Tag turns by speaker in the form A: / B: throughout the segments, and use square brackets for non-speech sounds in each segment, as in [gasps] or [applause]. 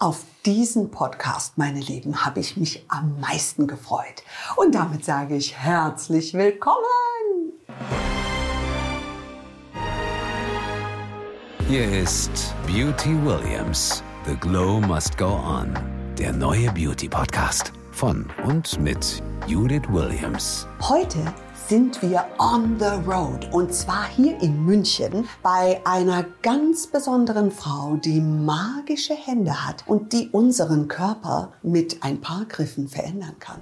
A: Auf diesen Podcast, meine Lieben, habe ich mich am meisten gefreut. Und damit sage ich herzlich willkommen.
B: Hier ist Beauty Williams. The Glow Must Go On. Der neue Beauty Podcast von und mit Judith Williams.
A: Heute sind wir on the road und zwar hier in München bei einer ganz besonderen Frau, die magische Hände hat und die unseren Körper mit ein paar Griffen verändern kann.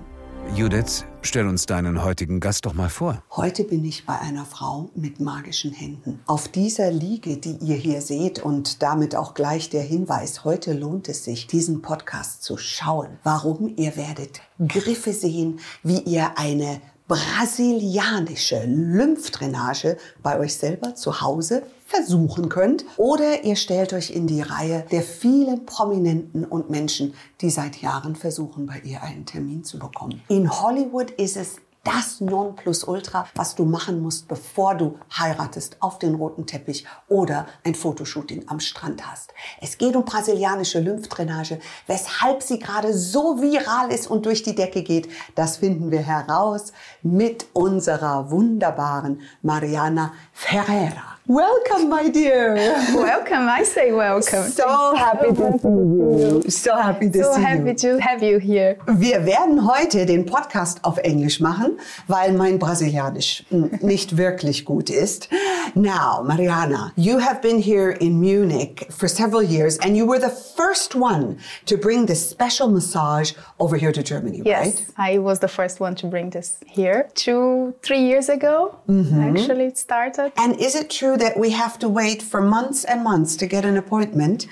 B: Judith, stell uns deinen heutigen Gast doch mal vor.
A: Heute bin ich bei einer Frau mit magischen Händen. Auf dieser Liege, die ihr hier seht und damit auch gleich der Hinweis, heute lohnt es sich, diesen Podcast zu schauen. Warum? Ihr werdet Griffe sehen, wie ihr eine brasilianische Lymphdrainage bei euch selber zu Hause versuchen könnt. Oder ihr stellt euch in die Reihe der vielen Prominenten und Menschen, die seit Jahren versuchen, bei ihr einen Termin zu bekommen. In Hollywood ist es das Nonplusultra, was du machen musst, bevor du heiratest auf den roten Teppich oder ein Fotoshooting am Strand hast. Es geht um brasilianische Lymphdrainage. Weshalb sie gerade so viral ist und durch die Decke geht, das finden wir heraus mit unserer wunderbaren Mariana Ferreira. Welcome, my dear.
C: [laughs] Welcome, I say welcome.
A: So happy to see you. So happy to
C: so
A: see
C: happy
A: you.
C: to have you here.
A: Wir werden heute den Podcast auf Englisch machen, weil mein Brasilianisch mm, nicht wirklich gut ist. Now, Mariana, you have been here in Munich for several years and you were the first one to bring this special massage over here to Germany,
C: Yes,
A: right?
C: I was the first one to bring this here. Two, three years ago,
A: Mm-hmm.
C: actually, it started.
A: And is it true that we have to wait for months and months to get an appointment?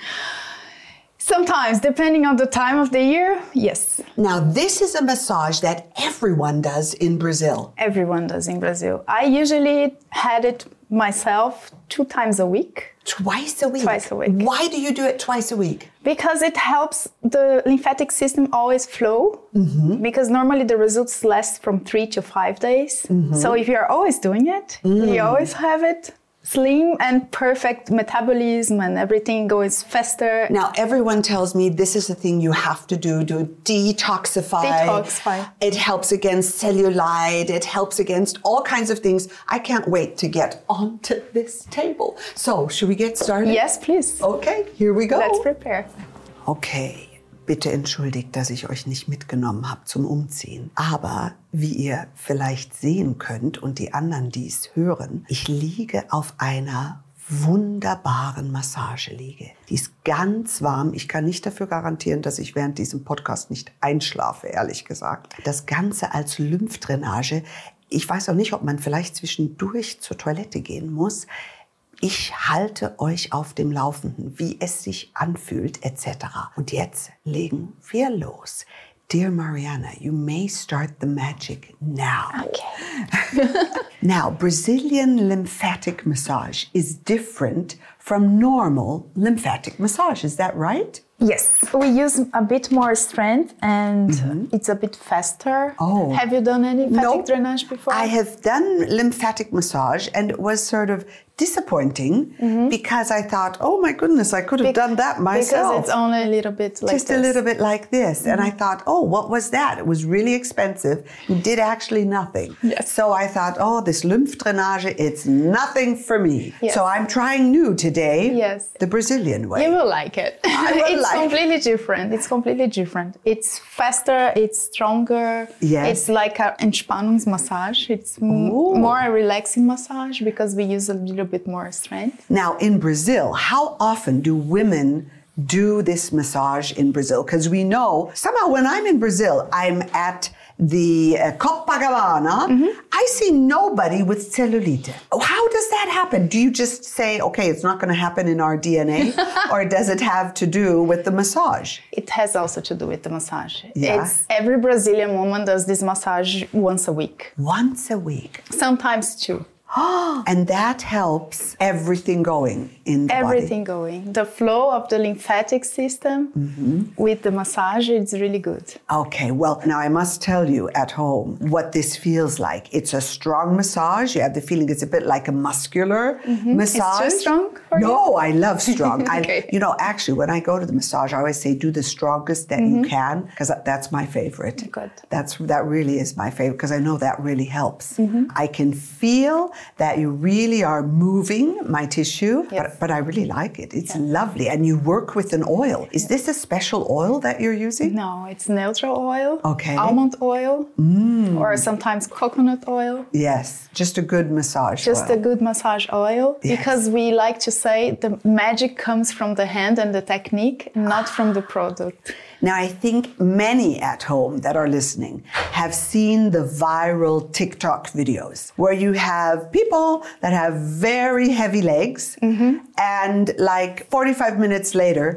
C: Sometimes, depending on the time of the year, yes,
A: Now, this is a massage that everyone does in Brazil.
C: everyone does in Brazil. I usually had it myself two times a week
A: Twice a week.
C: Twice a week.
A: Why do you do it twice a week?
C: because it helps the lymphatic system always flow.
A: Mm-hmm.
C: Because normally the results last from three to five days.
A: Mm-hmm.
C: So if you're always doing it, you
A: Mm.
C: always have it slim and perfect metabolism, and everything goes faster.
A: Now, everyone tells me this is the thing you have to do to detoxify.
C: Detoxify.
A: It helps against cellulite, it helps against all kinds of things. I can't wait to get onto this table. So, should we get started?
C: Yes, please.
A: Okay, here we go.
C: Let's prepare.
A: Okay, bitte entschuldigt, dass ich euch nicht mitgenommen habe zum Umziehen. Aber wie ihr vielleicht sehen könnt und die anderen dies hören, ich liege auf einer wunderbaren Massageliege. Die ist ganz warm. Ich kann nicht dafür garantieren, dass ich während diesem Podcast nicht einschlafe, ehrlich gesagt. Das Ganze als Lymphdrainage. Ich weiß auch nicht, ob man vielleicht zwischendurch zur Toilette gehen muss. Ich halte euch auf dem Laufenden, wie es sich anfühlt, etc. Und jetzt legen wir los. Dear Mariana, you may start the magic now. [laughs]
C: [laughs]
A: Now, Brazilian lymphatic massage is different from normal lymphatic massage. Is that right?
C: Yes, we use a bit more strength and it's a bit faster.
A: Mm-hmm. Oh.
C: Have you done any lymphatic
A: Nope.
C: drainage before?
A: I have done lymphatic massage and it was sort of disappointing because I thought, oh my goodness, I could have done that myself.
C: Mm-hmm. Because it's only a little bit like
A: just
C: this. Mm-hmm.
A: a little bit like this. And I thought, oh, what was that? It was really expensive. It did actually nothing.
C: Yes.
A: So I thought, oh, this lymph drainage, it's nothing for me.
C: Yes.
A: So I'm trying new today.
C: Yes.
A: The Brazilian way.
C: You will like [laughs] it.
A: will
C: it's
A: like it.
C: completely different. It's completely different. It's faster. It's stronger.
A: Yes.
C: It's like an Entspannungs massage. It's m-
A: Ooh.
C: more a relaxing massage because we use a little bit more strength.
A: Now, in Brazil, how often do women do this massage in Brazil? Because we know somehow when I'm in Brazil, I'm at the uh, Copacabana. I see nobody with cellulite. Oh, How does that happen? Do you just say, okay, it's not going to happen in our DNA? or does it have to do with the massage?
C: It has also to do with the massage.
A: Yeah.
C: It's every Brazilian woman does this massage once a week,
A: Once a week.
C: sometimes two.
A: and that helps everything going in the
C: Everything going. The flow of the lymphatic system
A: Mm-hmm.
C: with the massage, it's really good.
A: body. Okay, well, now I must tell you at home what this feels like. It's a strong massage. You have the feeling it's a bit like a muscular massage.
C: Mm-hmm. strong for
A: no, I love
C: [laughs]
A: strong.
C: Okay.
A: I, you know, actually, when I go to the massage, I always say do the strongest that you can because that's my favorite.
C: Mm-hmm. Good.
A: That's that really is my favorite because I know that really helps.
C: Mm-hmm.
A: I can feel that you really are moving my tissue,
C: Yes.
A: but, but I really like it. It's lovely, and you work with an oil. Is this a special oil that you're using?
C: No, it's neutral oil,
A: Okay. Mm.
C: almond oil, or sometimes coconut oil.
A: Yes, just a good massage.
C: Just
A: oil.
C: a good massage oil
A: Yes.
C: because we like to say the magic comes from the hand and the technique, not from the product.
A: Now, I think many at home that are listening have seen the viral TikTok videos where you have people that have very heavy legs,
C: Mm-hmm.
A: and like 45 minutes later,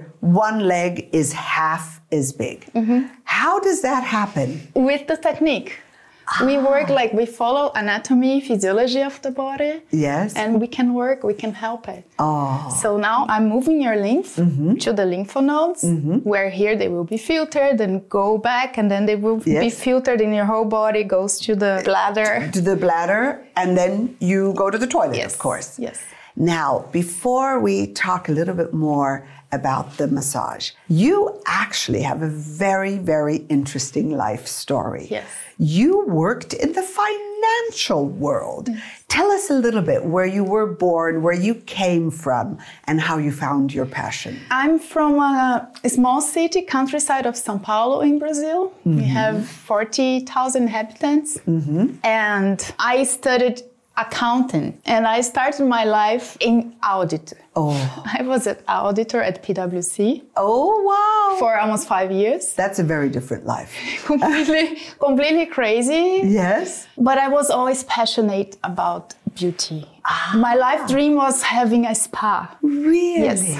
A: one leg is half as big.
C: Mm-hmm.
A: How does that happen?
C: With the technique, we work like we follow anatomy, physiology of the body.
A: Yes.
C: And we can work, we can help it. Oh. So now I'm moving your lymph
A: Mm-hmm.
C: to the lymph nodes, where here they will be filtered and go back, and then they will be
A: Yes.
C: filtered in your whole body, goes to the bladder.
A: to the bladder, and then you go to the toilet,
C: Yes.
A: of course.
C: Yes.
A: Now, before we talk a little bit more about the massage, you actually have a very, very interesting life story.
C: Yes.
A: You worked in the financial world. Tell us a little bit where you were born, where you came from, and how you found your passion.
C: I'm from a small city, countryside of São Paulo in Brazil. We
A: Mm-hmm.
C: have 40,000 inhabitants. And I studied accounting and I started my life in audit.
A: Oh,
C: I was an auditor at PwC
A: oh wow.
C: for almost five years.
A: That's a very different life. [laughs]
C: completely, completely crazy.
A: Yes.
C: But I was always passionate about beauty. My life dream was having a spa.
A: Ah. Really?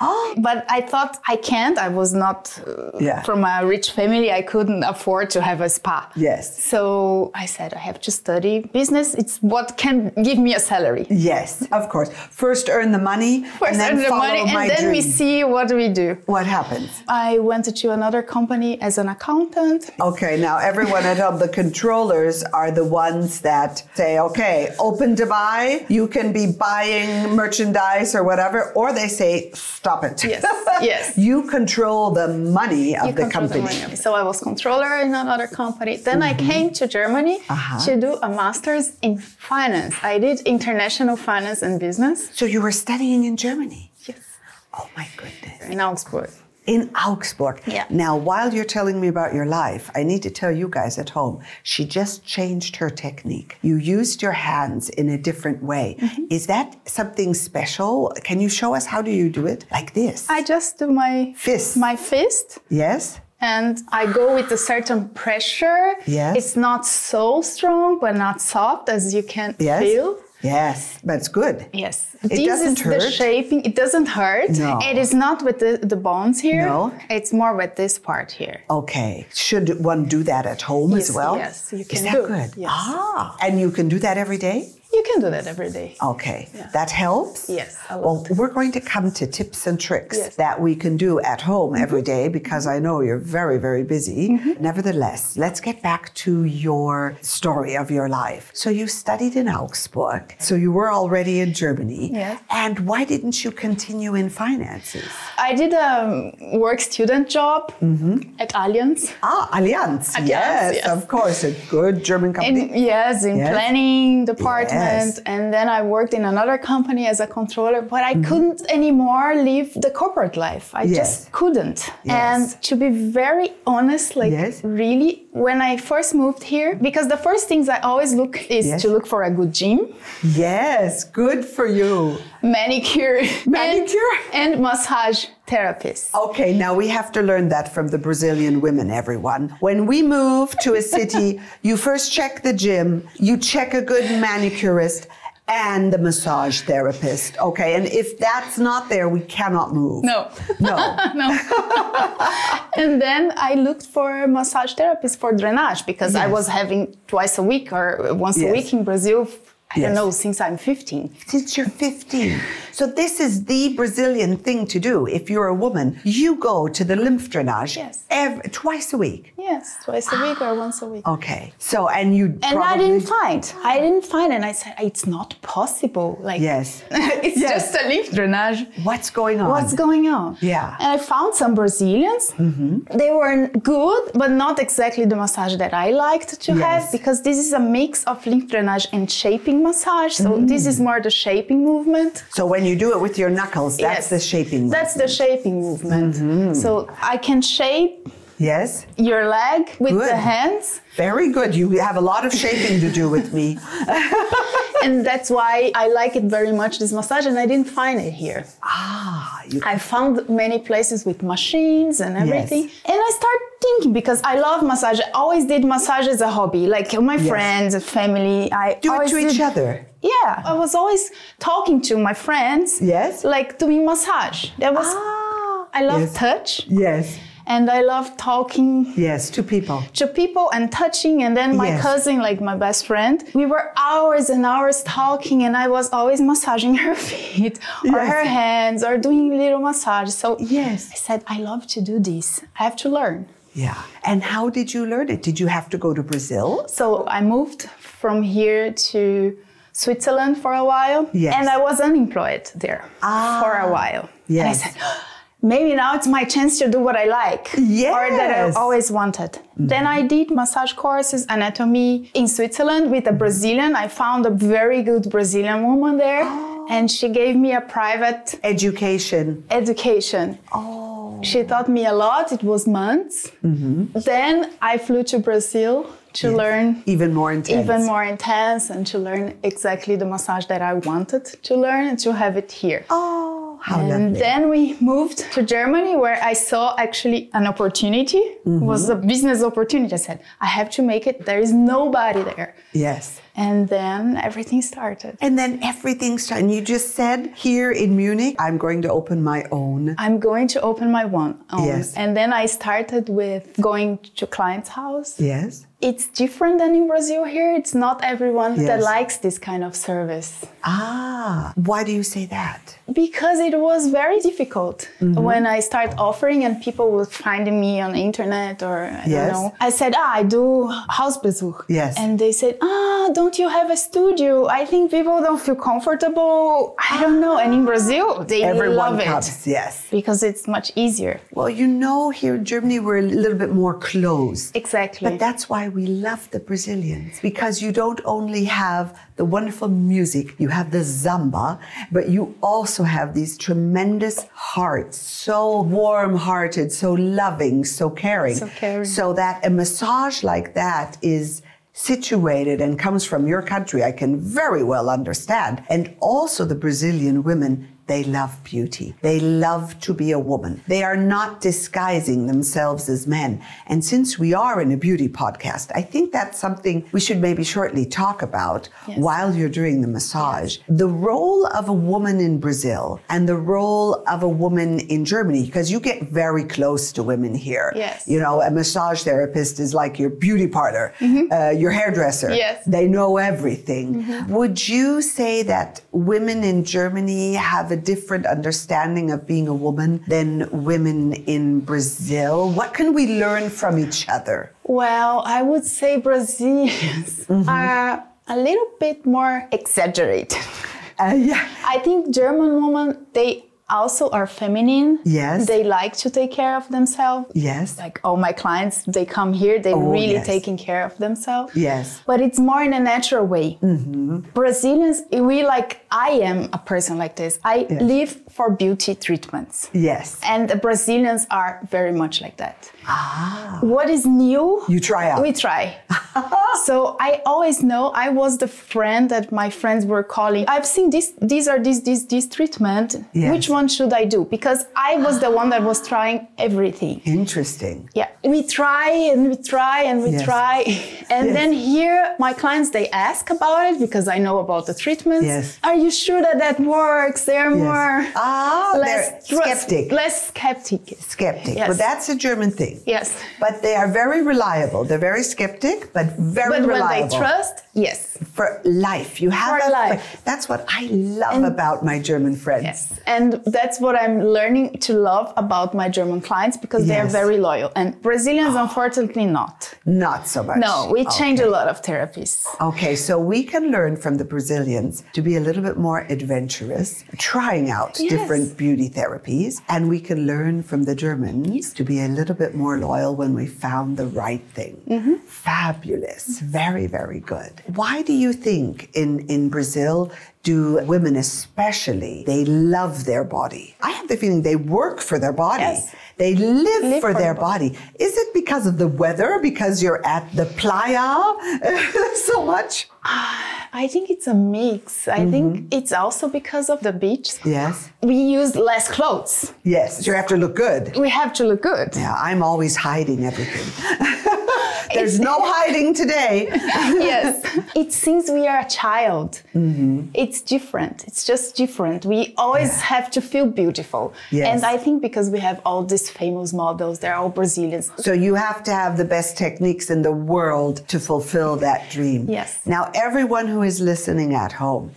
A: Oh.
C: Yes. But I thought I can't. I was not uh,
A: Yeah.
C: from a rich family. I couldn't afford to have a spa.
A: Yes.
C: So I said, I have to study business. It's what can give me a salary. [laughs]
A: Yes, of course. First earn the money,
C: First
A: and then
C: earn the
A: follow
C: money,
A: my
C: and then
A: dream.
C: we see what we do.
A: what happens.
C: I went to another company as an accountant.
A: Okay, now everyone at home, the controllers are the ones that say, okay, open to buy, you can be buying merchandise or whatever, or they say, stop it. [laughs]
C: Yes, yes.
A: you control the money of
C: You
A: the
C: control the
A: company. Mm-hmm.
C: money. So I was controller in another company. Then I came to Germany
A: Uh-huh.
C: to do a master's in finance. I did international finance and business.
A: So you were studying in Germany.
C: Yes.
A: Oh my goodness.
C: In Augsburg.
A: In Augsburg.
C: Yeah.
A: Now, while you're telling me about your life, I need to tell you guys at home, she just changed her technique. You used your hands in a different way.
C: Mm-hmm.
A: Is that something special? Can you show us how do you do it? Like this.
C: I just do my
A: Fist.
C: my fist,
A: Yes.
C: and I go with a certain pressure.
A: Yes.
C: It's not so strong, but not soft as you can
A: Yes.
C: feel.
A: Yes, but it's good.
C: Yes.
A: It
C: this
A: doesn't
C: is the
A: hurt.
C: shaping. It doesn't hurt.
A: No.
C: It is not with the, the bones here.
A: No.
C: It's more with this part here.
A: Okay. Should one do that at home
C: Yes,
A: as well?
C: yes, you
A: Is
C: can
A: that
C: do it,
A: good?
C: yes.
A: Ah. And you can do that every day?
C: You can do that every day.
A: Okay. That helps?
C: Yes, a
A: Well,
C: lot.
A: we're going to come to tips and tricks
C: Yes. Mm-hmm.
A: that we can do at home every day because I know you're very, very busy. Nevertheless, let's get back to your story of your life. So you studied in Augsburg. So you were already in Germany.
C: Yes.
A: And why didn't you continue in finances?
C: I did a work student job
A: Mm-hmm.
C: at Allianz.
A: Ah, Allianz.
C: Allianz,
A: yes,
C: yes.
A: of course. A good German company.
C: In, yes, in
A: Yes.
C: planning department.
A: Yes.
C: And then I worked in another company as a controller, but I couldn't anymore live the corporate life. I
A: Mm-hmm. Yes.
C: just couldn't.
A: Yes.
C: And to be very honest, like
A: Yes.
C: really, when I first moved here, because the first things I always look is
A: Yes.
C: to look for a good gym, [laughs]
A: yes, good for you.
C: manicure,
A: Manicure.
C: and, and massage therapist.
A: Okay, now we have to learn that from the Brazilian women, everyone. When we move to a
C: [laughs]
A: city, you first check the gym, you check a good manicurist and the massage therapist. Okay, and if that's not there, we cannot move.
C: No. [laughs]
A: No.
C: no. and then I looked for a massage therapist for drainage because I
A: Yes.
C: was having twice a week or once a
A: Yes.
C: week in Brazil I don't
A: Yes.
C: know, since I'm 15.
A: Since you're 15. So, this is the Brazilian thing to do. If you're a woman, you go to the lymph drainage
C: Yes.
A: ev- twice a week.
C: Yes, twice a week or once a week.
A: Okay. So, and you
C: And
A: Ah. Oh, probably
C: I didn't find. I didn't find, and I said it's not possible. Like
A: Yes.
C: [laughs] it's
A: Yes.
C: just a lymph drainage.
A: What's going on?
C: What's going on?
A: Yeah. Mm-hmm.
C: And I found some Brazilians. They were good, but not exactly the massage that I liked to
A: Yes.
C: have because this is a mix of lymph drainage and shaping massage. So this
A: Mm.
C: is more the shaping movement.
A: so when you do it with your knuckles, that's
C: Yes.
A: the shaping. Mm-hmm.
C: That's the shaping movement. So I can shape
A: yes.
C: your leg with
A: Good.
C: the hands,
A: Very good. You have a lot of shaping to do with
C: [laughs]
A: me.
C: and that's why I like it very much. This massage, and I didn't find it here.
A: Ah, you,
C: I found many places with machines and everything. And I started thinking because I love massage. I always did massage as a hobby. Like my friends, family, I
A: do it
C: always
A: to
C: did-
A: each other.
C: Yeah, I was always talking to my friends.
A: Yes.
C: Like doing massage. That was
A: Ah.
C: I love
A: Yes.
C: touch
A: Yes.
C: and I love talking
A: Yes, two people.
C: to people and touching and then my
A: Yes.
C: cousin like my best friend we were hours and hours talking and i was always massaging her [laughs] feet or
A: Yes.
C: her hands or doing little massage so
A: Yes.
C: i said i love to do this i have to learn
A: Yeah. And how did you learn it? Did you have to go to Brazil?
C: so i moved from here to switzerland for a while
A: Yes.
C: and i was unemployed there
A: Ah.
C: for a while and i
A: Yes.
C: said maybe now it's my chance to do what I like or that I
A: Yes.
C: always wanted. Then I did massage courses, anatomy in Switzerland with a Brazilian. I found a very good Brazilian woman there.
A: Oh.
C: And she gave me a private
A: Education.
C: education.
A: Oh.
C: She taught me a lot. It was months.
A: Mm-hmm.
C: Then I flew to Brazil to learn
A: Even more intense.
C: even more intense and to learn exactly the massage that I wanted to learn and to have it here.
A: Oh, how
C: And
A: lovely.
C: then we moved to Germany, where I saw actually an opportunity. It was
A: Mm-hmm.
C: a business opportunity. I said, I have to make it. There is nobody there.
A: Yes.
C: And then everything started.
A: And then everything started. And you just said here in Munich, I'm going to open my own.
C: I'm going to open my one. own.
A: Yes.
C: And then I started with going to clients' house.
A: Yes.
C: It's different than in Brazil here. It's not everyone that
A: Yes.
C: likes this kind of service.
A: Ah. Why do you say that?
C: because it was very difficult
A: Mm-hmm.
C: when I start offering and people would find me on internet or I
A: Yes.
C: don't know. I said, ah, I do Hausbesuch.
A: Yes.
C: And they said, ah, don't you have a studio? I think people don't feel comfortable. I don't know. And in Brazil, they
A: Everyone
C: love it
A: comes. Yes.
C: because it's much easier.
A: Well, you know, here in Germany, we're a little bit more closed.
C: Exactly.
A: But that's why we love the Brazilians because you don't only have the wonderful music, you have the samba, but you also have these tremendous hearts, so warm hearted, so loving, so caring.
C: So caring.
A: So that a massage like that is situated and comes from your country, I can very well understand. And also the Brazilian women. They love beauty. They love to be a woman. They are not disguising themselves as men. And since we are in a beauty podcast, I think that's something we should maybe shortly talk about
C: Yes.
A: while you're doing the massage. The role of a woman in Brazil and the role of a woman in Germany, because you get very close to women here.
C: Yes.
A: You know, a massage therapist is like your beauty parlor, uh, your hairdresser.
C: Mm-hmm. Yes. Mm-hmm.
A: They know everything. Would you say that women in Germany have a different understanding of being a woman than women in Brazil? What can we learn from each other?
C: Well, I would say Brazilians
A: Mm-hmm.
C: are a little bit more exaggerated.
A: Uh, yeah.
C: I think German women they also are feminine.
A: Yes.
C: They like to take care of themselves.
A: Yes.
C: Like all my clients, they come here, they
A: Oh,
C: really
A: yes.
C: taking care of themselves.
A: Yes. Mm-hmm.
C: But it's more in a natural way. Brazilians, we like, I am a person like this. I
A: Yes.
C: live for beauty treatments.
A: Yes.
C: And the Brazilians are very much like that. What is new?
A: You try out.
C: We
A: [laughs]
C: try. so I always know I was the friend that my friends were calling. I've seen this, these are this, this, this treatment.
A: Yes.
C: Which one should I do? Because I was the one that was trying everything.
A: Interesting.
C: Yeah, we try and we try and we
A: Yes. [laughs]
C: try. And
A: Yes.
C: then here, my clients, they ask about it because I know about the treatments.
A: Yes.
C: Are you sure that that works? They're
A: Yes.
C: more
A: Ah,
C: less
A: they're
C: trust-
A: skeptic.
C: Less skeptic.
A: skeptic.
C: Yes.
A: But that's a German thing.
C: Yes.
A: But they are very reliable. They're very skeptic, but very
C: But when
A: reliable. Mm-hmm.
C: they trust, yes.
A: for life. You have
C: For
A: a fr-
C: life.
A: That's what I love about my German friends.
C: Yes. And that's what I'm learning to love about my German clients because they are
A: Yes. Ah.
C: very loyal. And Brazilians, unfortunately, not.
A: Not so much.
C: No, we
A: Oh.
C: change a lot of therapies.
A: Okay, so we can learn from the Brazilians to be a little bit more adventurous, trying out
C: Yes.
A: different beauty therapies. And we can learn from the Germans to be a little bit more loyal when we found the right thing.
C: Mm-hmm.
A: Fabulous. Very, very good. Why do you think in, in Brazil do women especially, they love their body? I have the feeling they work for their body.
C: Yes.
A: They live,
C: Live
A: for,
C: for
A: their
C: the
A: body. Is it because of the weather? Because you're at the playa [laughs] so much?
C: I think it's a mix. I think it's also because of the beach.
A: Mm-hmm. Yes.
C: We use less clothes.
A: Yes. You have to look good.
C: We have to look
A: [laughs]
C: good.
A: Yeah, I'm always hiding everything. [laughs] There's [laughs] no hiding today. [laughs]
C: [laughs] yes. It's since we are a child.
A: Mm-hmm.
C: It's different. It's just different. We always have to feel beautiful.
A: Yes.
C: And I think because we have all these famous models, they're all Brazilians.
A: So you have to have the best techniques in the world to fulfill that dream.
C: Yes.
A: Now, everyone who is listening at home,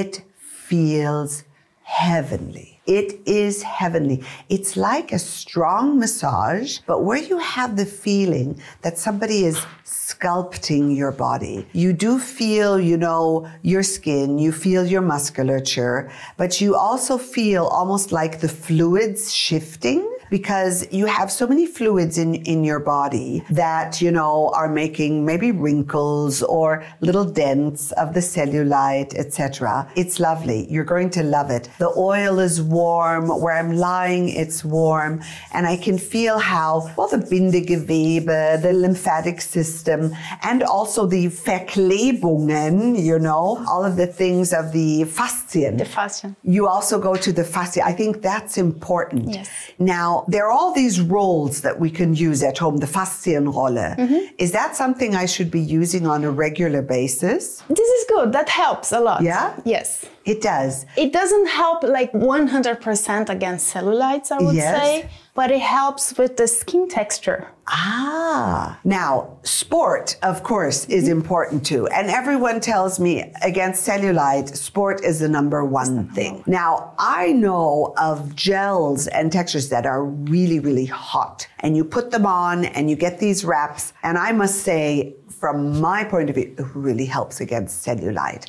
A: it feels heavenly. It is heavenly. It's like a strong massage, but where you have the feeling that somebody is sculpting your body. You do feel, you know, your skin, you feel your musculature, but you also feel almost like the fluids shifting because you have so many fluids in, in your body that, you know, are making maybe wrinkles or little dents of the cellulite, etc. It's lovely. You're going to love it. The oil is warm. Where I'm lying, it's warm. And I can feel how, well, the Bindegewebe, the lymphatic system, and also the Verklebungen, you know, all of the things of the Faszien.
C: The fashion.
A: You also go to the fascia. I think that's important.
C: Yes.
A: Now, there are all these roles that we can use at home, the Faszienrolle. Is that something I should be using on a regular basis?
C: This is good. That helps a lot.
A: Yeah?
C: Yes.
A: It does.
C: It doesn't help like 100% against cellulites, I would
A: Yes.
C: say, but it helps with the skin texture.
A: Ah. Now, sport, of course, is important too. And everyone tells me against cellulite, sport is the number one thing. Now, I know of gels and textures that are really, really hot. And you put them on and you get these wraps. And I must say, from my point of view, it really helps against cellulite.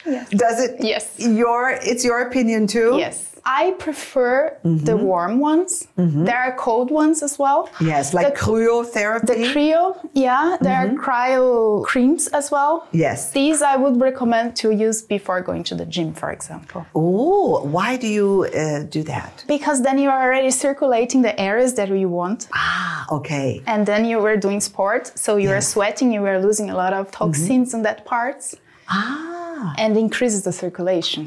A: Does it?
C: Yes.
A: Your, it's your opinion too?
C: Yes. I prefer
A: Mm-hmm.
C: the warm ones. There are cold ones as well.
A: Yes, like
C: the,
A: cryotherapy.
C: the cryo, yeah, there are cryo creams as well.
A: Mm-hmm. Yes.
C: These I would recommend to use before going to the gym, for example.
A: oh, why do you uh, do that?
C: Because then you are already circulating the areas that you want.
A: Ah, okay.
C: And then you were doing sport, so you were
A: Yes. Mm-hmm.
C: sweating, you were losing a lot of toxins on that parts.
A: Ah,
C: and increases the circulation.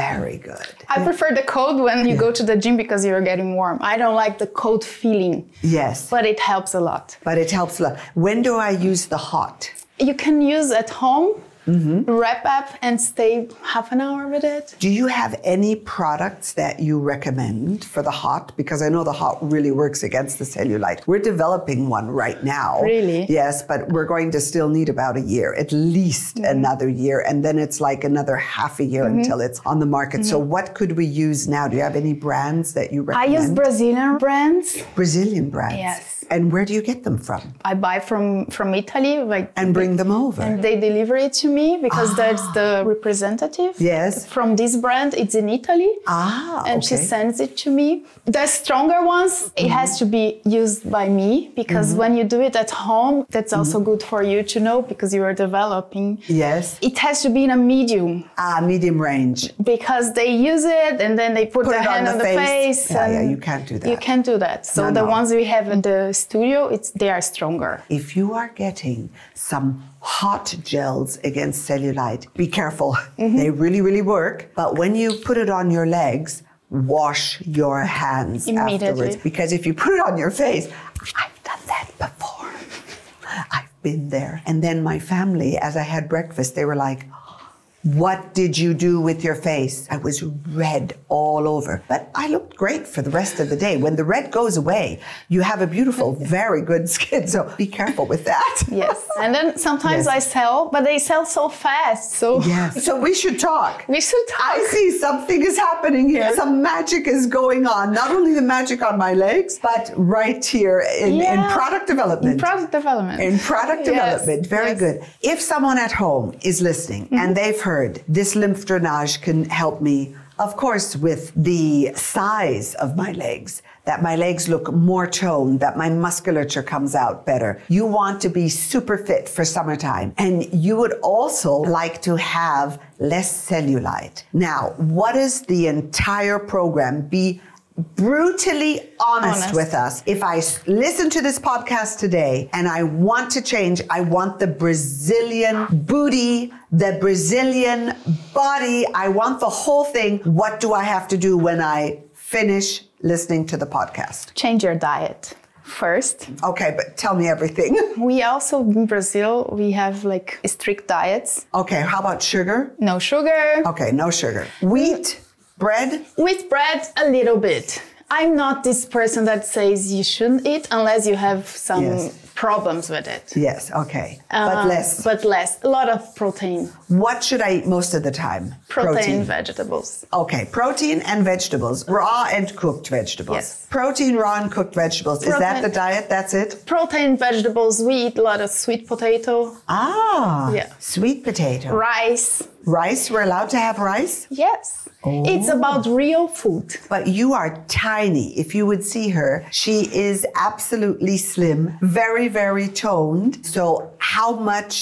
A: very good.
C: I prefer the cold when you go to the gym because you're getting warm. I don't like the cold feeling,
A: Yes,
C: but it helps a lot.
A: but it helps. a lot. When do I use the hot?
C: You can use at home,
A: Mm-hmm.
C: wrap up and stay half an hour with it.
A: Do you have any products that you recommend for the hot? Because I know the hot really works against the cellulite. We're developing one right now.
C: Really?
A: Yes, but we're going to still need about a year, at least
C: Mm-hmm.
A: another year. And then it's like another half a year until it's on the market. So, what could we use now? Do you have any brands that you
C: Mm-hmm. I
A: recommend?
C: use Brazilian brands.
A: Brazilian brands.
C: Yes.
A: And where do you get them from?
C: I buy from from Italy, like
A: And bring them over.
C: and they deliver it to me because that's the representative.
A: Yes.
C: From this brand, it's in Italy.
A: Ah,
C: and she
A: okay. Mm-hmm.
C: sends it to me. The stronger ones, it has to be used by me because when you do it at home, that's
A: Mm-hmm.
C: also good for you to know because you are developing.
A: Yes.
C: It has to be in a medium
A: Ah, medium range.
C: because they use it and then they put,
A: Put
C: their
A: it on
C: hand
A: the
C: on the
A: face.
C: face.
A: Yeah, yeah,
C: and
A: you can't do that.
C: You can't do that. So
A: No,
C: the
A: no.
C: ones we have in the studio, it's they are stronger.
A: If you are getting some hot gels against cellulite, be careful. They really, really work. But when you put it on your legs, wash your hands
C: Immediately.
A: afterwards. Because if you put it on your face, I've done that before. I've been there. And then my family, as I had breakfast, they were like, What did you do with your face? I was red all over, but I looked great for the rest of the day. When the red goes away, you have a beautiful, very good skin. So be careful with that.
C: Yes. And then sometimes I sell, but they sell so fast. So
A: [laughs] Yes. So we should talk.
C: [laughs] we should talk.
A: I see something is happening here.
C: Yes.
A: Some magic is going on. Not only the magic on my legs, but right here in, in
C: Yeah.
A: product development.
C: In product development.
A: In product
C: Yes,
A: development. Very
C: yes.
A: good. If someone at home is listening and they've heard this lymph drainage can help me, of course, with the size of my legs, that my legs look more toned, that my musculature comes out better. You want to be super fit for summertime. And you would also like to have less cellulite. Now, what is the entire program? Be brutally honest
C: Honest.
A: with us. If I s- listen to this podcast today and I want to change, I want the Brazilian booty, the Brazilian body, I want the whole thing. What do I have to do when I finish listening to the podcast?
C: Change your diet first.
A: Okay, but tell me everything. [laughs]
C: We also in Brazil we have like strict diets.
A: Okay, how about sugar?
C: No sugar.
A: Okay, no sugar. Wheat, bread,
C: With bread a little bit. I'm not this person that says you shouldn't eat unless you have some
A: Yes.
C: problems with it.
A: yes, okay,
C: Uh,
A: but less.
C: But less. A lot of protein.
A: What should I eat most of the time?
C: Protein, vegetables.
A: Okay, protein and vegetables, raw and cooked vegetables.
C: Yes.
A: Protein, raw and cooked vegetables. Is that
C: Protein-
A: the diet? That's it?
C: Protein, vegetables, we eat a lot of sweet potato,
A: Ah,
C: Yeah.
A: sweet potato.
C: rice.
A: rice, we're allowed to have rice?
C: Yes.
A: Oh.
C: It's about real food.
A: But you are tiny. If you would see her, she is absolutely slim, very, very toned. So, how much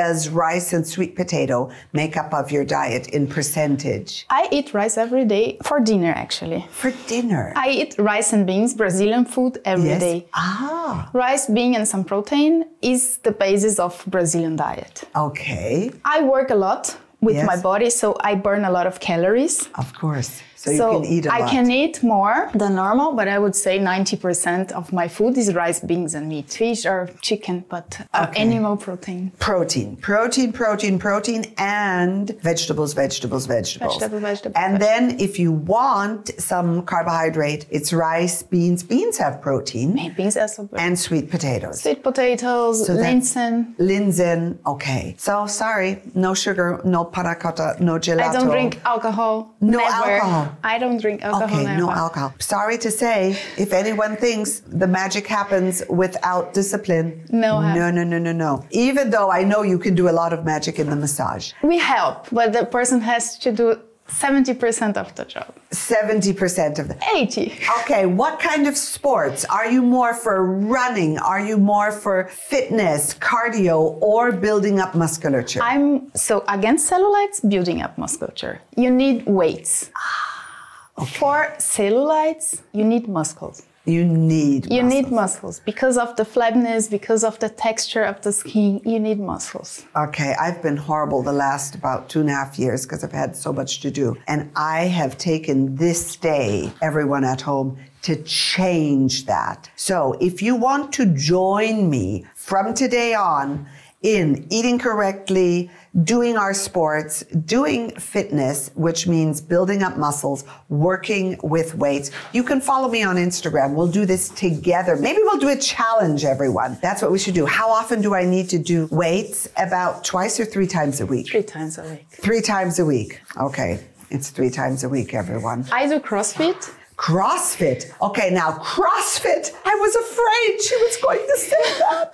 A: does rice and sweet potato make up of your diet in percentage?
C: I eat rice every day for dinner actually.
A: For dinner.
C: I eat rice and beans, Brazilian food every day.
A: yes. Ah,
C: Rice, bean, and some protein is the basis of Brazilian diet.
A: okay.
C: I work a lot with
A: Yes.
C: my body, so I burn a lot of calories.
A: Of course. So,
C: so
A: you can eat a
C: I
A: lot.
C: can eat more than normal, but I would say 90% of my food is rice, beans, and meat, fish or chicken, but uh, animal protein.
A: protein, protein, protein, protein, and vegetables, vegetables, vegetables.
C: Vegetable, vegetable,
A: And then if you want some carbohydrate, it's rice, beans. Beans have protein
C: And beans as well.
A: and sweet potatoes.
C: sweet potatoes,
A: that-
C: linsen.
A: Linsen, okay. So sorry, no sugar, no panna cotta, no gelato.
C: I don't drink alcohol.
A: No
C: never.
A: alcohol.
C: I don't drink alcohol.
A: Okay, no
C: never.
A: alcohol. Sorry to say, if anyone thinks the magic happens without discipline,
C: No, I-
A: no, no, no, no, no. Even though I know you can do a lot of magic in the massage,
C: We help, but the person has to do 70% of the job.
A: seventy percent of the
C: 80.
A: Okay, what kind of sports? Are you more for running? Are you more for fitness, cardio, or building up musculature?
C: I'm so against cellulites, building up musculature. You need weights.
A: Ah,
C: For cellulites, you need muscles.
A: you need
C: You
A: muscle.
C: need muscles because of the flabiness, because of the texture of the skin. You need muscles.
A: Okay, I've been horrible the last about two and a half years because I've had so much to do. And I have taken this day, everyone at home, to change that. So if you want to join me from today on in eating correctly, doing our sports, doing fitness, which means building up muscles, working with weights, you can follow me on Instagram. We'll do this together. Maybe we'll do a challenge, everyone. That's what we should do. How often do I need to do weights? About twice or three times a week?
C: Three times a week.
A: Three times a week. Okay. It's three times a week, everyone.
C: I do CrossFit.
A: CrossFit. Okay, now CrossFit. I was afraid she was going to say that.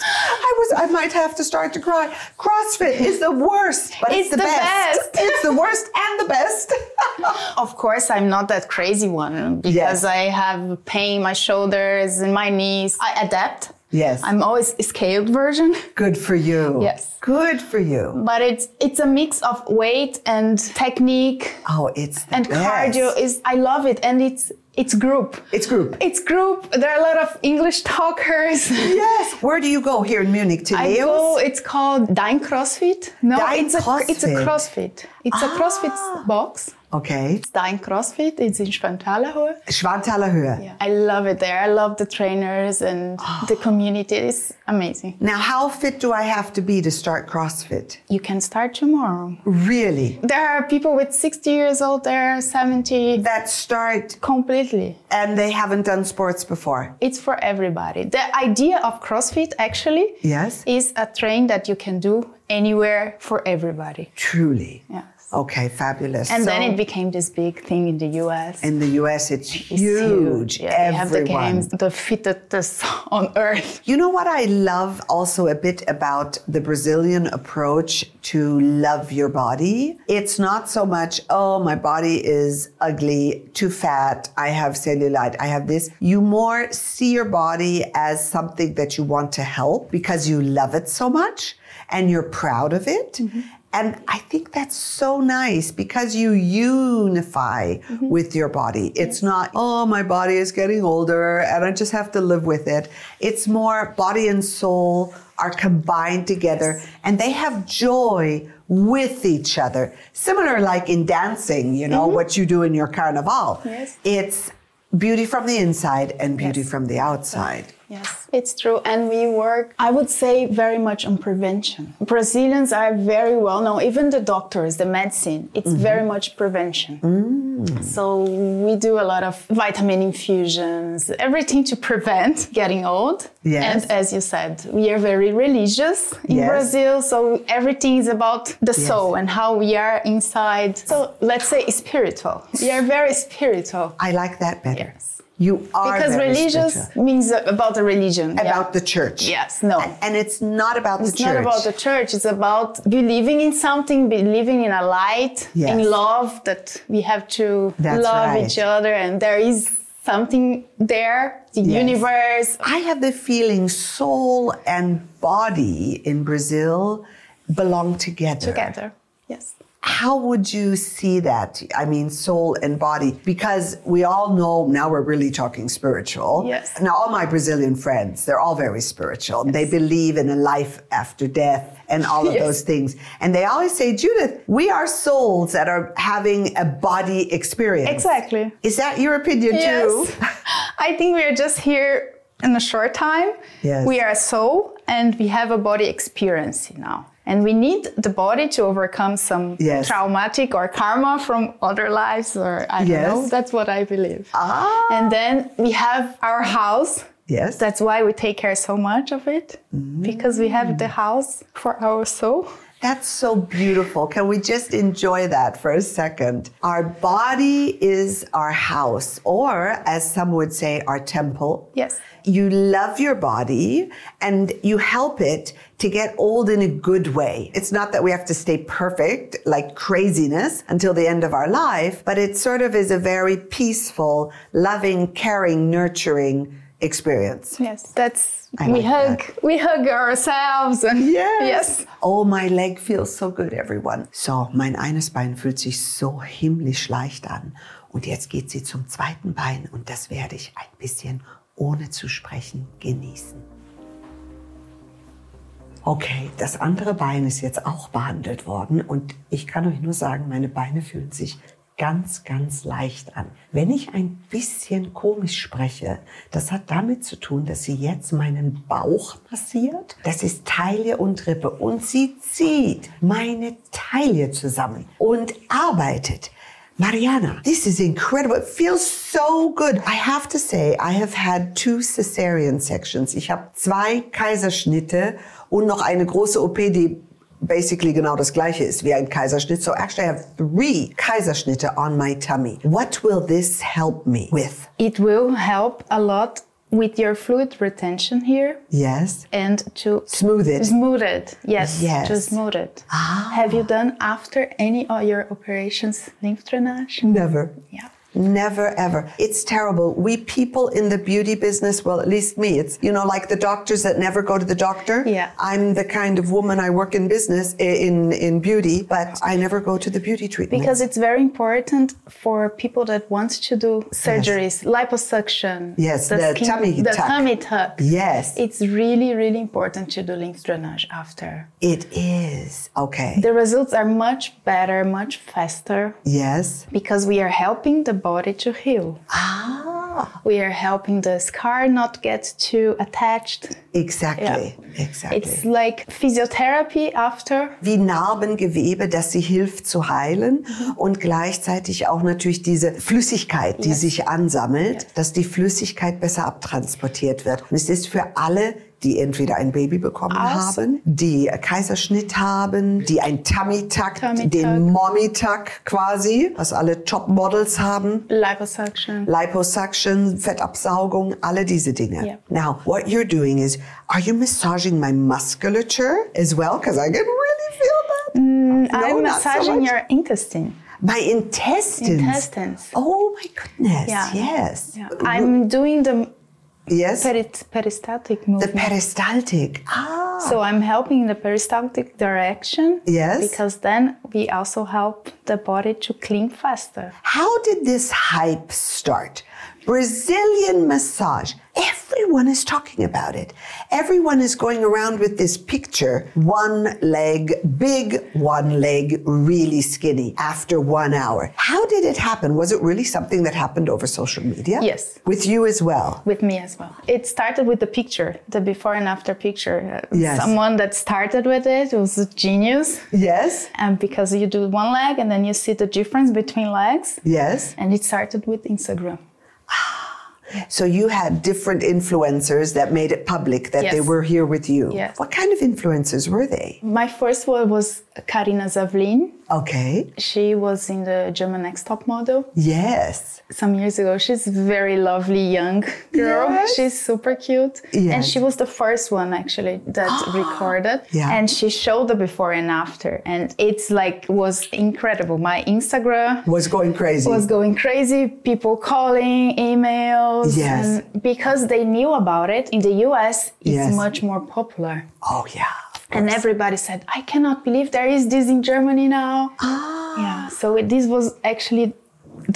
A: I was. I might have to start to cry. CrossFit is the worst, but it's,
C: It's the best.
A: [laughs] It's the worst and the best. [laughs]
C: Of course, I'm not that crazy one because
A: Yes.
C: I have pain in my shoulders and my knees. I adapt.
A: Yes.
C: I'm always scaled version.
A: Good for you.
C: Yes.
A: Good for you.
C: But it's it's a mix of weight and technique
A: Oh, it's the
C: and
A: best.
C: cardio is I love it and it's it's group.
A: It's group.
C: It's group. There are a lot of English talkers.
A: yes. Where do you go here in Munich? To
C: I
A: Leo's?
C: go, it's called Dein CrossFit. No,
A: Dein
C: it's a it's a
A: CrossFit. Ah.
C: CrossFit. It's a CrossFit box.
A: Okay.
C: It's Dying CrossFit. It's in Schwanthalerhöhe.
A: Schwanthaler Höhe.
C: Yeah. I love it there. I love the trainers and the
A: Ah.
C: community. It's amazing.
A: Now, how fit do I have to be to start CrossFit?
C: You can start tomorrow.
A: Really?
C: There are people with 60 years old there, 70.
A: That start
C: Completely.
A: and they haven't done sports before.
C: It's for everybody. The idea of CrossFit actually
A: Yes.
C: is a train that you can do anywhere for everybody.
A: Truly.
C: Yes.
A: Okay, fabulous.
C: And
A: So-
C: then it became this big thing in the US.
A: in the US, it's huge.
C: It's Yeah, they have the
A: Everyone.
C: games, the fittest on earth.
A: You know what I love also a bit about the Brazilian approach to love your body? It's not so much, oh, my body is ugly, too fat, I have cellulite, I have this. You more see your body as something that you want to help because you love it so much and you're proud of it.
C: Mm-hmm.
A: And I think that's so nice because you unify
C: Mm-hmm.
A: with your body. It's not, oh, my body is getting older and I just have to live with it. It's more body and soul are combined together and they have joy with each other. Similar like in dancing, you know, what you do in your carnival.
C: Mm-hmm. Yes.
A: It's beauty from the inside and beauty
C: Yes.
A: from the outside.
C: Yes, it's true. And we work, I would say, very much on prevention. Brazilians are very well known, even the doctors, the medicine, it's
A: Mm-hmm.
C: very much prevention.
A: Mm.
C: So we do a lot of vitamin infusions, everything to prevent getting old.
A: Yes.
C: And as you said, we are very religious in
A: Yes.
C: Brazil. So everything is about the soul and how we are inside. So let's say spiritual. We are very spiritual.
A: I like that better.
C: Yes.
A: You are
C: Because
A: very
C: religious
A: spiritual.
C: means about the religion.
A: about
C: yeah.
A: the church.
C: Yes, no.
A: A- And it's not about the
C: It's
A: church.
C: not about the church. It's about believing in something, believing in a light,
A: Yes.
C: in love that we have to
A: That's
C: love
A: right.
C: each other, and there is something there, the
A: Yes.
C: universe.
A: I have the feeling soul and body in Brazil belong together.
C: Together, yes.
A: How would you see that? I mean, soul and body, because we all know now we're really talking spiritual.
C: Yes.
A: Now, all my Brazilian friends, they're all very spiritual. They believe in a life after death and all of
C: Yes.
A: those things. And they always say, Judith, we are souls that are having a body experience.
C: Exactly.
A: Is that your opinion
C: Yes.
A: too?
C: [laughs] I think we are just here in a short time.
A: Yes.
C: We are a soul, and we have a body experience now. And we need the body to overcome some
A: Yes.
C: traumatic or karma from other lives, or I don't
A: Yes.
C: know. That's what I believe.
A: Ah.
C: And then we have our house.
A: Yes. Mm.
C: That's why we take care so much of it because we have the house for our soul.
A: That's so beautiful. Can we just enjoy that for a second? Our body is our house, or as some would say, our temple.
C: Yes.
A: You love your body and you help it to get old in a good way. It's not that we have to stay perfect, like craziness, until the end of our life, but it sort of is a very peaceful, loving, caring, nurturing experience.
C: Yes, that's
A: I
C: we
A: like
C: hug we hug ourselves and [laughs] yes.
A: Oh, my leg feels so good, everyone. So, mein eines Bein fühlt sich so himmlisch leicht an. Und jetzt geht sie zum zweiten Bein und das werde ich ein bisschen ohne zu sprechen genießen. Okay, das andere Bein ist jetzt auch behandelt worden und ich kann euch nur sagen, meine Beine fühlen sich ganz, ganz leicht an. Wenn ich ein bisschen komisch spreche, das hat damit zu tun, dass sie jetzt meinen Bauch massiert. Das ist Taille und Rippe und sie zieht meine Taille zusammen und arbeitet Mariana, this is incredible. It feels so good. I have to say, I have had two cesarean sections. Ich habe zwei Kaiserschnitte und noch eine große OP, die basically genau das gleiche ist wie ein Kaiserschnitt. So actually I have three Kaiserschnitte on my tummy. What will this help me with?
C: It will help a lot with your fluid retention here
A: Yes.
C: and to
A: Smooth it.
C: Smooth it. Yes.
A: Yes. Ah.
C: To smooth it.
A: Mm.
C: Have you done after any of your operations lymph drainage?
A: Never.
C: Yeah.
A: Never ever. It's terrible. We people in the beauty business, well, at least me, it's, you know, like the doctors that never go to the doctor.
C: Yeah.
A: I'm the kind of woman I work in business, i- in, in beauty, but I never go to the beauty treatment.
C: because it's very important for people that wants to do surgeries, liposuction.
A: Yes, the tummy
C: the
A: tuck.
C: tummy tuck.
A: Yes.
C: It's really, really important to do lymph drainage after.
A: it is. Okay.
C: The results are much better, much faster
A: yes.
C: because we are helping the body to heal.
A: Ah,
C: We are helping the scar not get too attached.
A: exactly. Exactly.
C: It's like physiotherapy after.
A: wie Narbengewebe, das sie hilft zu heilen
C: Mhm.
A: und gleichzeitig auch natürlich diese Flüssigkeit, die sich ansammelt, dass die Flüssigkeit besser abtransportiert wird. Und es ist für alle, die entweder ein Baby bekommen
C: Aus-
A: haben, die Kaiserschnitt haben, die ein Tummy-Tuck,
C: Tummy-Tuck.
A: den Mommy-Tuck quasi, was alle Top-Models haben.
C: Liposuction.
A: Liposuction, Fettabsaugung, alle diese Dinge.
C: Yeah.
A: Now, what you're doing is, are you massaging my musculature as well? Because I can really feel that.
C: Mm, I'm
A: not so
C: massaging
A: much.
C: your intestine.
A: My intestines.
C: Intestines.
A: Oh my goodness.
C: Yeah.
A: Yes.
C: Yeah. I'm doing the
A: yes.
C: perit- peristaltic
A: the
C: movement.
A: peristaltic. Ah.
C: so I'm helping the peristaltic direction.
A: Yes.
C: Because then we also help the body to clean faster.
A: How did this hype start? Brazilian massage. Everyone is talking about it. Everyone is going around with this picture one leg big, one leg really skinny after one hour. How did it happen? Was it really something that happened over social media?
C: Yes.
A: With you as well.
C: With me as well. It started with the picture, the before and after picture. Uh,
A: Yes.
C: Someone that started with it was a genius.
A: Yes.
C: And because you do one leg and then you see the difference between legs.
A: Yes.
C: And it started with Instagram.
A: So you had different influencers that made it public that
C: Yes.
A: they were here with you.
C: Yes.
A: What kind of influencers were they?
C: My first one was Karina Zavlin.
A: Okay.
C: She was in the German Next Top Model
A: Yes.
C: some years ago. She's very lovely young girl.
A: Yes.
C: She's super cute. And
A: Yes.
C: she was the first one actually
A: [gasps]
C: that recorded.
A: Yeah.
C: And she showed the before and after. And it's like was incredible. My Instagram
A: Was going crazy.
C: was going crazy. People calling, emails.
A: Yes.
C: And because they knew about it in the US, it's
A: Yes.
C: much more popular.
A: oh yeah.
C: And everybody said, I cannot believe there is this in Germany now.
A: Ah.
C: Yeah. So it, this was actually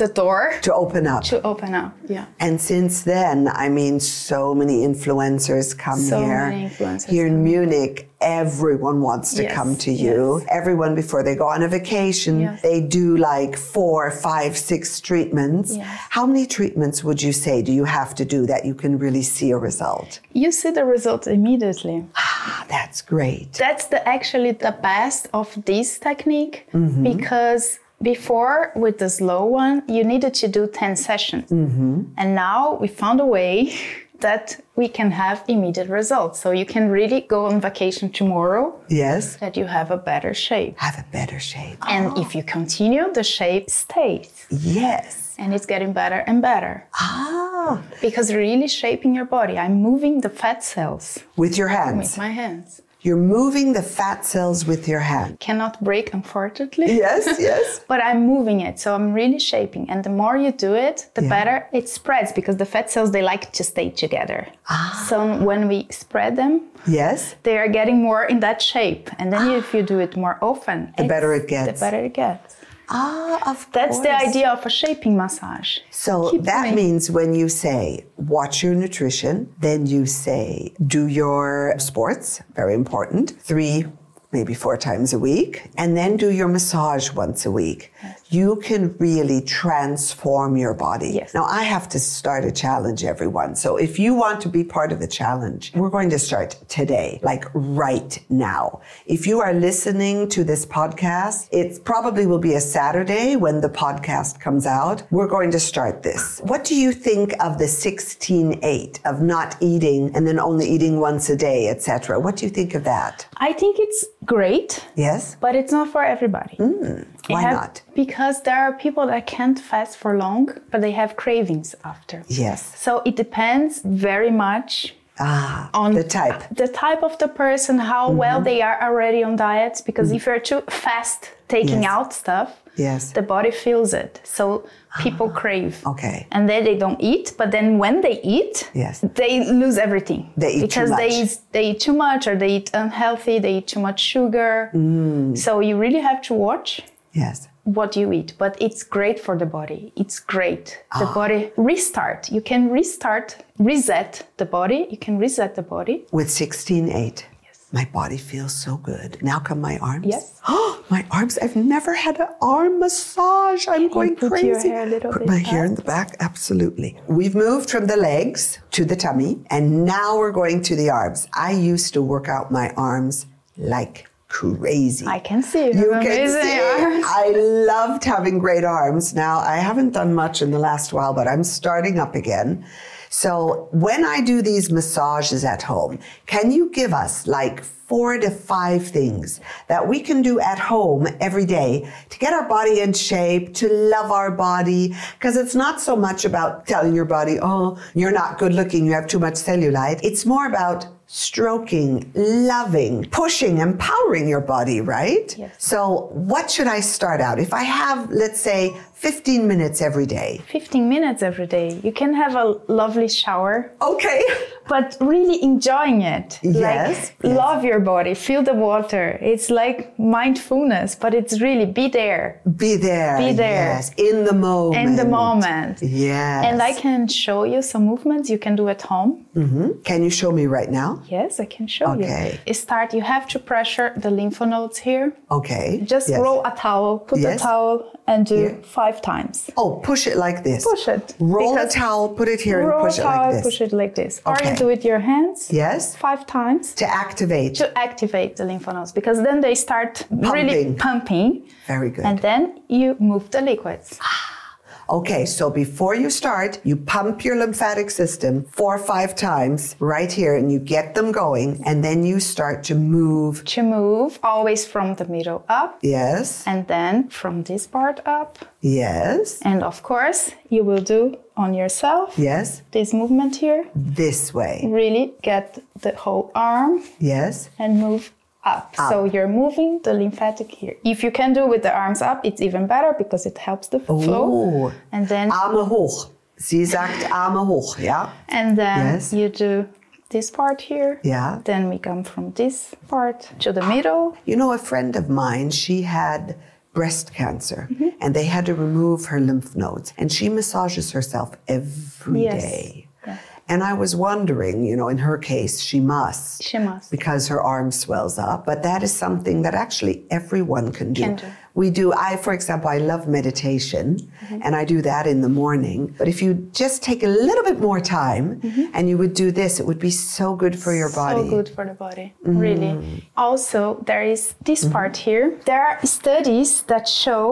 C: the door
A: To open up.
C: to open up. Yeah.
A: And since then, I mean, so many influencers come
C: So
A: here.
C: many influencers
A: Here in Munich, everyone wants to
C: Yes,
A: come to you. Everyone before they go on a vacation,
C: Yes.
A: they do like four, five, six treatments.
C: Yes.
A: How many treatments would you say do you have to do that you can really see a result?
C: You see the result immediately.
A: Ah, that's great.
C: That's the actually the best of this technique because before with the slow one, you needed to do 10 sessions. And now we found a way [laughs] that we can have immediate results. So you can really go on vacation tomorrow
A: Yes.
C: that you have a better shape.
A: Have a better shape.
C: And if you continue, the shape stays
A: Yes.
C: and it's getting better and better
A: Ah,
C: because really shaping your body. I'm moving the fat cells
A: with your hands.
C: with my hands.
A: You're moving the fat cells with your hand.
C: Cannot break,
A: [laughs]
C: unfortunately.
A: Yes, yes.
C: But I'm moving it, so I'm really shaping. And the more you do it, the
A: Yeah.
C: better it spreads because the fat cells they like to stay together.
A: Ah.
C: So when we spread them,
A: Yes.
C: they are getting more in that shape. And then if you do it more often, the
A: better it gets.
C: The better it gets.
A: Ah, of
C: That's the
A: course.
C: idea of a shaping massage.
A: So
C: Keep
A: that
C: going.
A: means when you say watch your nutrition, then you say do your sports, very important, three, maybe four times a week, and then do your massage once a week. You can really transform your body.
C: Yes.
A: Now, I have to start a challenge, everyone. So if you want to be part of the challenge, we're going to start today, like right now. If you are listening to this podcast, it probably will be a Saturday when the podcast comes out. We're going to start this. What do you think of the 16-8 of not eating and then only eating once a day, etc.? What do you think of that?
C: I think it's great,
A: Yes?
C: but it's not for everybody. It
A: Hmm? Why
C: have-
A: not?
C: Because there are people that can't fast for long, but they have cravings after.
A: Yes.
C: So it depends very much
A: Ah,
C: on
A: the type. Mm-hmm.
C: the type of the person, how well they are already on diets. Because if you're too fast taking
A: Yes.
C: out stuff,
A: Yes. Ah,
C: the body feels it. So people crave.
A: Okay.
C: And then they don't eat, but then when they eat,
A: Yes.
C: they lose everything.
A: They eat too
C: because they
A: much.
C: eat, they eat too much or they eat unhealthy, they eat too much sugar.
A: Mm.
C: So you really have to watch
A: Yes.
C: what you eat, but it's great for the body. It's great.
A: Ah.
C: The body restart. You can restart, reset the body. You can reset the body.
A: With 16.8. My body feels so good. Now come my arms.
C: Yes.
A: Oh, [gasps] my arms. I've never had an arm massage. I'm going
C: put
A: crazy.
C: your hair a little
A: put
C: bit
A: my hair
C: up.
A: in the back. Absolutely. We've moved from the legs to the tummy, and now we're going to the arms. I used to work out my arms like crazy.
C: I can see you have amazing arms.
A: I loved having great arms. Now, I haven't done much in the last while, but I'm starting up again. So, when I do these massages at home, can you give us like four to five things that we can do at home every day to get our body in shape, to love our body? Because it's not so much about telling your body, oh, you're not good looking, you have too much cellulite. It's more about stroking, loving, pushing, empowering your body, right?
C: Yes.
A: So, what should I start out? If I have, let's say, 15 minutes every day.
C: 15 minutes every day. You can have a lovely shower,
A: Okay.
C: but really enjoying it.
A: Yes,
C: Like,
A: yes.
C: love your body, feel the water. It's like mindfulness, but it's really be there
A: Be there.
C: Be there.
A: Yes. In the moment.
C: in the moment.
A: Yes.
C: And I can show you some movements you can do at home.
A: Hmm? Can you show me right now?
C: Yes, I can show
A: Okay.
C: you. It Start, you have to pressure the lymph nodes here.
A: Okay.
C: Just
A: Yes.
C: roll a towel, put
A: Yes.
C: a towel, and do
A: Here.
C: five times.
A: Oh, push it like this.
C: Push it.
A: Roll
C: Because-
A: a towel, put it here, and
C: roll
A: push
C: a
A: it
C: towel,
A: like this.
C: push it like this. Or
A: Okay.
C: you do it your hands.
A: Yes.
C: Five times
A: To activate.
C: to activate the lymph nodes because then they start really
A: Pumping.
C: pumping.
A: Very good.
C: And then you move the liquids.
A: Okay, so before you start, you pump your lymphatic system four or five times right here and you get them going, and then you start to move.
C: To move always from the middle up.
A: Yes,
C: And then from this part up.
A: yes,
C: And of course, you will do on yourself
A: yes,
C: this movement here.
A: this way.
C: really get the whole arm
A: Yes,
C: and move up. So you're moving the lymphatic here. If you can do with the arms up, it's even better because it helps the
A: Ooh.
C: flow. And then
A: Arme hoch. Sie sagt Arme hoch, ja?
C: and then
A: Yes.
C: you do this part here.
A: Yeah.
C: Then we come from this part to the middle.
A: You know, a friend of mine, she had breast cancer
C: Mm-hmm.
A: and they had to remove her lymph nodes, and she massages herself every day.
C: Yes.
A: And I was wondering, you know, in her case, she must.
C: She must.
A: because her arm swells up. But that is something that actually everyone can do.
C: Can do.
A: We do, I, for example, I love meditation
C: Mm-hmm.
A: and I do that in the morning. But if you just take a little bit more time and you would do this, it would be so good for your body. Mm.
C: Mm-hmm. So good for the body, really. Also, there is this
A: Mm-hmm.
C: part here. There are studies that show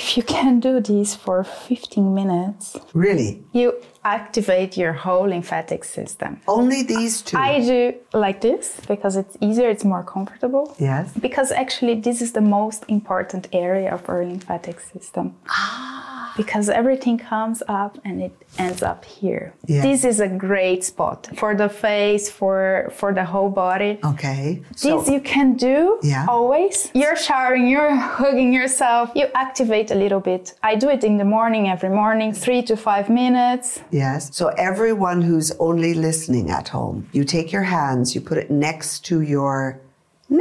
C: if you can do this for 15 minutes,
A: Really.
C: you activate your whole lymphatic system.
A: Only these two.
C: I do like this because it's easier, it's more comfortable.
A: Yes.
C: Because actually, this is the most important area of our lymphatic system. Ah. Because everything comes up and it ends up here.
A: Yeah.
C: This is a great spot for the face, for for the whole body.
A: okay. Oh, So
C: This you can do
A: Yeah.
C: always. You're showering, you're [laughs] hugging yourself, you activate a little bit. I do it in the morning, every morning, three to five minutes.
A: yes. So everyone who's only listening at home, you take your hands, you put it next to your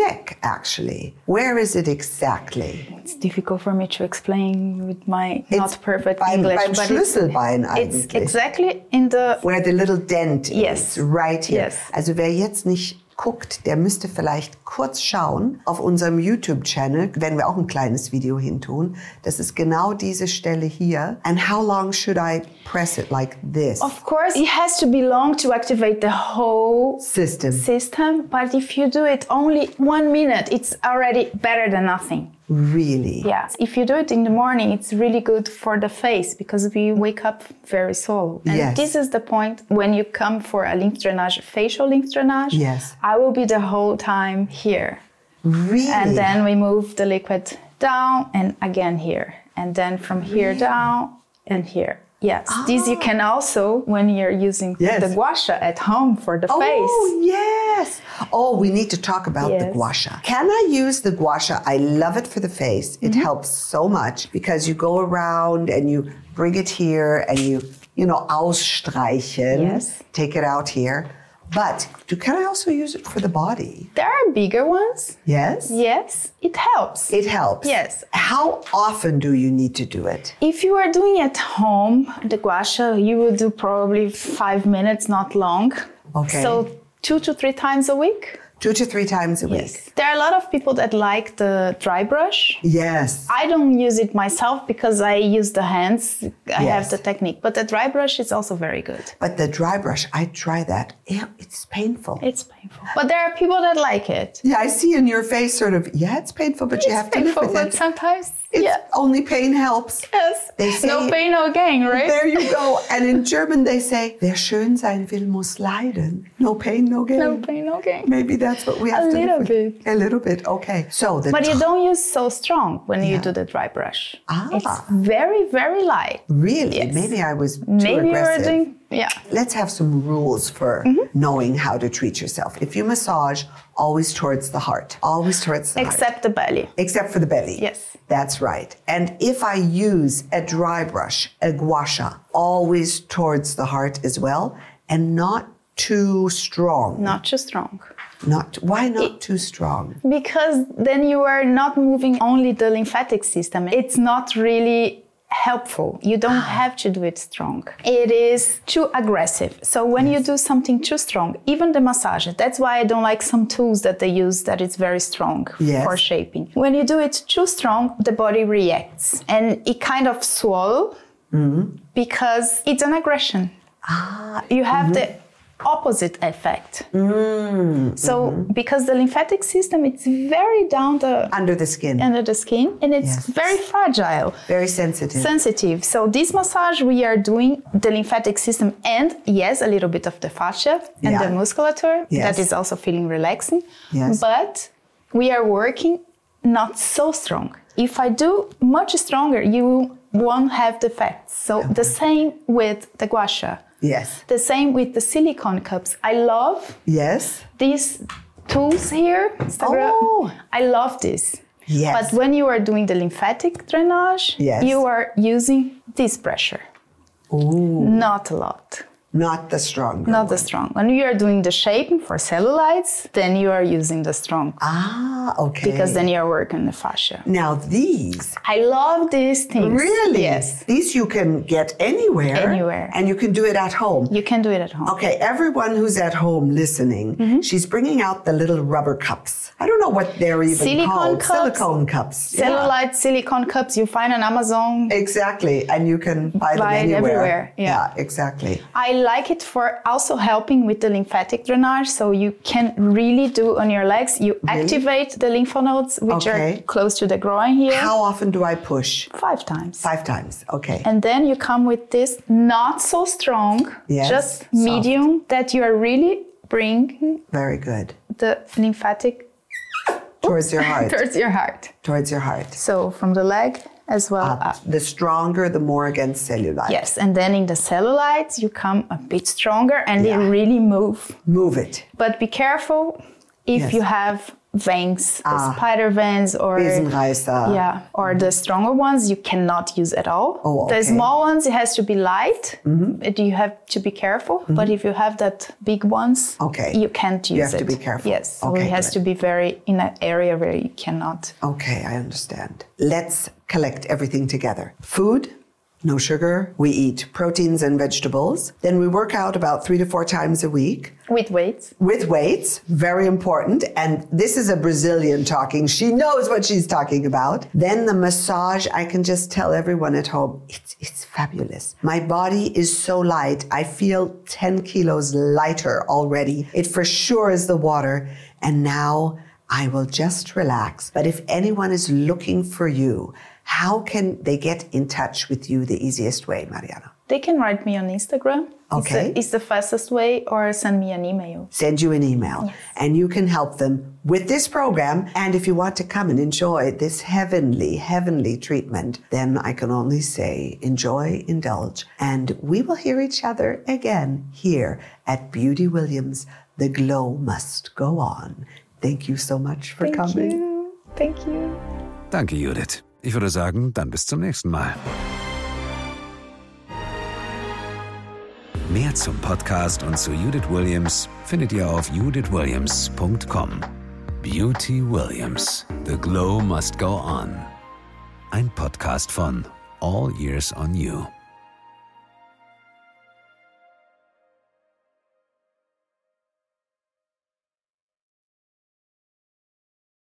A: neck actually. Where is it exactly?
C: It's difficult for me to explain with my not perfect
A: beim,
C: English,
A: beim
C: but it's,
A: Schlüsselbein
C: it's
A: eigentlich.
C: exactly in the
A: Where the little dent
C: Yes.
A: is, right here.
C: Yes.
A: Also wer jetzt nicht guckt, der müsste vielleicht kurz schauen auf unserem YouTube-Channel, werden wir auch ein kleines Video hintun. Das ist genau diese Stelle hier. And how long should I press it like this?
C: Of course, it has to be long to activate the whole
A: System.
C: system, but if you do it only one minute, it's already better than nothing.
A: really?
C: Yeah. If you do it in the morning, it's really good for the face because we wake up very slow. And
A: Yes.
C: this is the point when you come for a lymph drainage, facial lymph drainage.
A: Yes.
C: I will be the whole time here.
A: Really?
C: and then we move the liquid down and again here and then from here down and here Yes, this you can also when you're using
A: Ah. Yes.
C: the gua sha at home for the face.
A: Oh, yes. Oh, we need to talk about the
C: Yes.
A: gua sha. Can I use the gua sha? I love it for the face. It
C: Mm-hmm.
A: helps so much because you go around and you bring it here and you, you know, ausstreichen.
C: Yes.
A: Take it out here. But do, can I also use it for the body?
C: There are bigger ones.
A: Yes.
C: Yes, it helps.
A: It helps.
C: Yes.
A: How often do you need to do it?
C: If you are doing at home the gua sha, you will do probably five minutes, not long.
A: Okay.
C: So two to three times a week.
A: Two to three times a week.
C: There are a lot of people that like the dry brush.
A: Yes.
C: I don't use it myself because I use the hands. I
A: Yes.
C: have the technique, but the dry brush is also very good.
A: But the dry brush, I try that. Ew, it's painful.
C: It's painful, but there are people that like it.
A: Yeah, I see in your face sort of, yeah, it's painful, but you
C: it's
A: have
C: painful,
A: to live
C: but
A: with it.
C: sometimes
A: It's
C: yeah.
A: only pain helps.
C: Yes.
A: They say-
C: no pain, no gain, right?
A: There you go. And in German they say, wer schön sein will, muss leiden. No pain, no gain.
C: No pain, no gain.
A: Maybe that's what we have to live
C: little
A: with.
C: bit.
A: A little bit, okay. So the
C: [laughs] But you
A: tr-
C: don't use so strong when you do the dry brush.
A: Ah.
C: It's very, very light.
A: really,
C: Yes.
A: maybe I was too
C: Maybe
A: aggressive.
C: you're doing Mm-hmm. yeah.
A: Let's have some rules for knowing how to treat yourself. If you massage, always towards the heart. Always towards the heart.
C: Except the belly.
A: except for the belly.
C: Yes.
A: That's right. And if I use a dry brush, a gua sha, always towards the heart as well, and not too strong.
C: Not too strong.
A: Not why not too strong?
C: Because then you are not moving only the lymphatic system. It's not really helpful. You don't have to do it strong. It is too aggressive. So when you do something too strong, even the massage, that's why I don't like some tools that they use that it's very strong
A: Yes.
C: for shaping. When you do it too strong, the body reacts and it kind of swallow because it's an aggression. Ah, you have the
A: Mm-hmm.
C: opposite effect. So because the lymphatic system it's very down the
A: Under the skin.
C: under the skin and it's
A: Yes.
C: very fragile,
A: Very sensitive.
C: sensitive. So this massage we are doing the lymphatic system and yes, a little bit of the fascia and
A: Yeah.
C: the musculature
A: Yes.
C: that is also feeling relaxing.
A: Yes.
C: But we are working not so strong. If I do much stronger, you won't have the effects. So the same with the gua sha.
A: yes.
C: The same with the silicone cups. I love
A: Yes.
C: these tools here. Instagram.
A: Oh.
C: I love this.
A: Yes.
C: But when you are doing the lymphatic drainage,
A: Yes.
C: you are using this pressure. Not a lot,
A: not the strong.
C: not the strong. When you are doing the shaping for cellulites, then you are using the strong
A: Ah, okay.
C: because then you are working the fascia.
A: now these
C: I love these things.
A: really
C: Yes.
A: these you can get anywhere.
C: Anywhere.
A: And you can do it at home.
C: You can do it at home.
A: Okay, everyone who's at home listening,
C: Mm-hmm.
A: she's bringing out the little rubber cups. I don't know what they're even
C: Silicone
A: called.
C: cups.
A: Silicone cups. Yeah.
C: Cellulite silicone cups you find on Amazon.
A: Exactly, and you can buy them
C: Buy it
A: anywhere.
C: everywhere, yeah.
A: exactly.
C: I like it for also helping with the lymphatic drainage. So you can really do on your legs. You activate the lymph nodes, which
A: Okay.
C: are close to the groin here,
A: How often do I push?
C: five times.
A: Five times. Okay.
C: And then you come with this not so strong,
A: Yes,
C: just
A: soft.
C: medium, that you are really bringing
A: Very good.
C: the lymphatic
A: Towards
C: [laughs]
A: your heart.
C: towards your heart.
A: towards your heart.
C: So from the leg as well up.
A: The stronger, the more against cellulite.
C: Yes, and then in the cellulites, you come a bit stronger and they
A: Yeah.
C: really move.
A: Move it.
C: But be careful if
A: Yes. Ah.
C: you have veins, the spider veins or
A: Besenreißer.
C: yeah, or the stronger ones you cannot use at all.
A: Mm-hmm. Oh, okay. Mm-hmm.
C: The small ones it has to be light. It- You have to be careful. But if you have that big ones,
A: Okay.
C: you can't use
A: You have
C: it.
A: to be careful.
C: Yes, so
A: Okay,
C: it has
A: good.
C: to be very in an area where you cannot.
A: Okay, I understand. Let's collect everything together. Food, no sugar. We eat proteins and vegetables. Then we work out about three to four times a week
C: With weights,
A: with weights, very important. And this is a Brazilian talking. She knows what she's talking about. Then the massage, I can just tell everyone at home, it's, it's fabulous. My body is so light. I feel 10 kilos lighter already. It for sure is the water. And now I will just relax. But if anyone is looking for you, how can they get in touch with you the easiest way, Mariana?
C: They can write me on Instagram. It's the-
A: Okay.
C: it's the fastest way, or send me an email.
A: send you an email and you can help them with this program. And if you want to come and enjoy this heavenly, heavenly treatment, then I can only say enjoy, indulge, and we will hear each other again here at Beauty Williams. The glow must go on. Thank you so much for
C: Thank
A: coming.
C: you. Thank you.
B: Danke, Judith. Ich würde sagen, dann bis zum nächsten Mal. Mehr zum Podcast und zu Judith Williams findet ihr auf judithwilliams.com. Beauty Williams. The Glow Must Go On. Ein Podcast von All Years on You.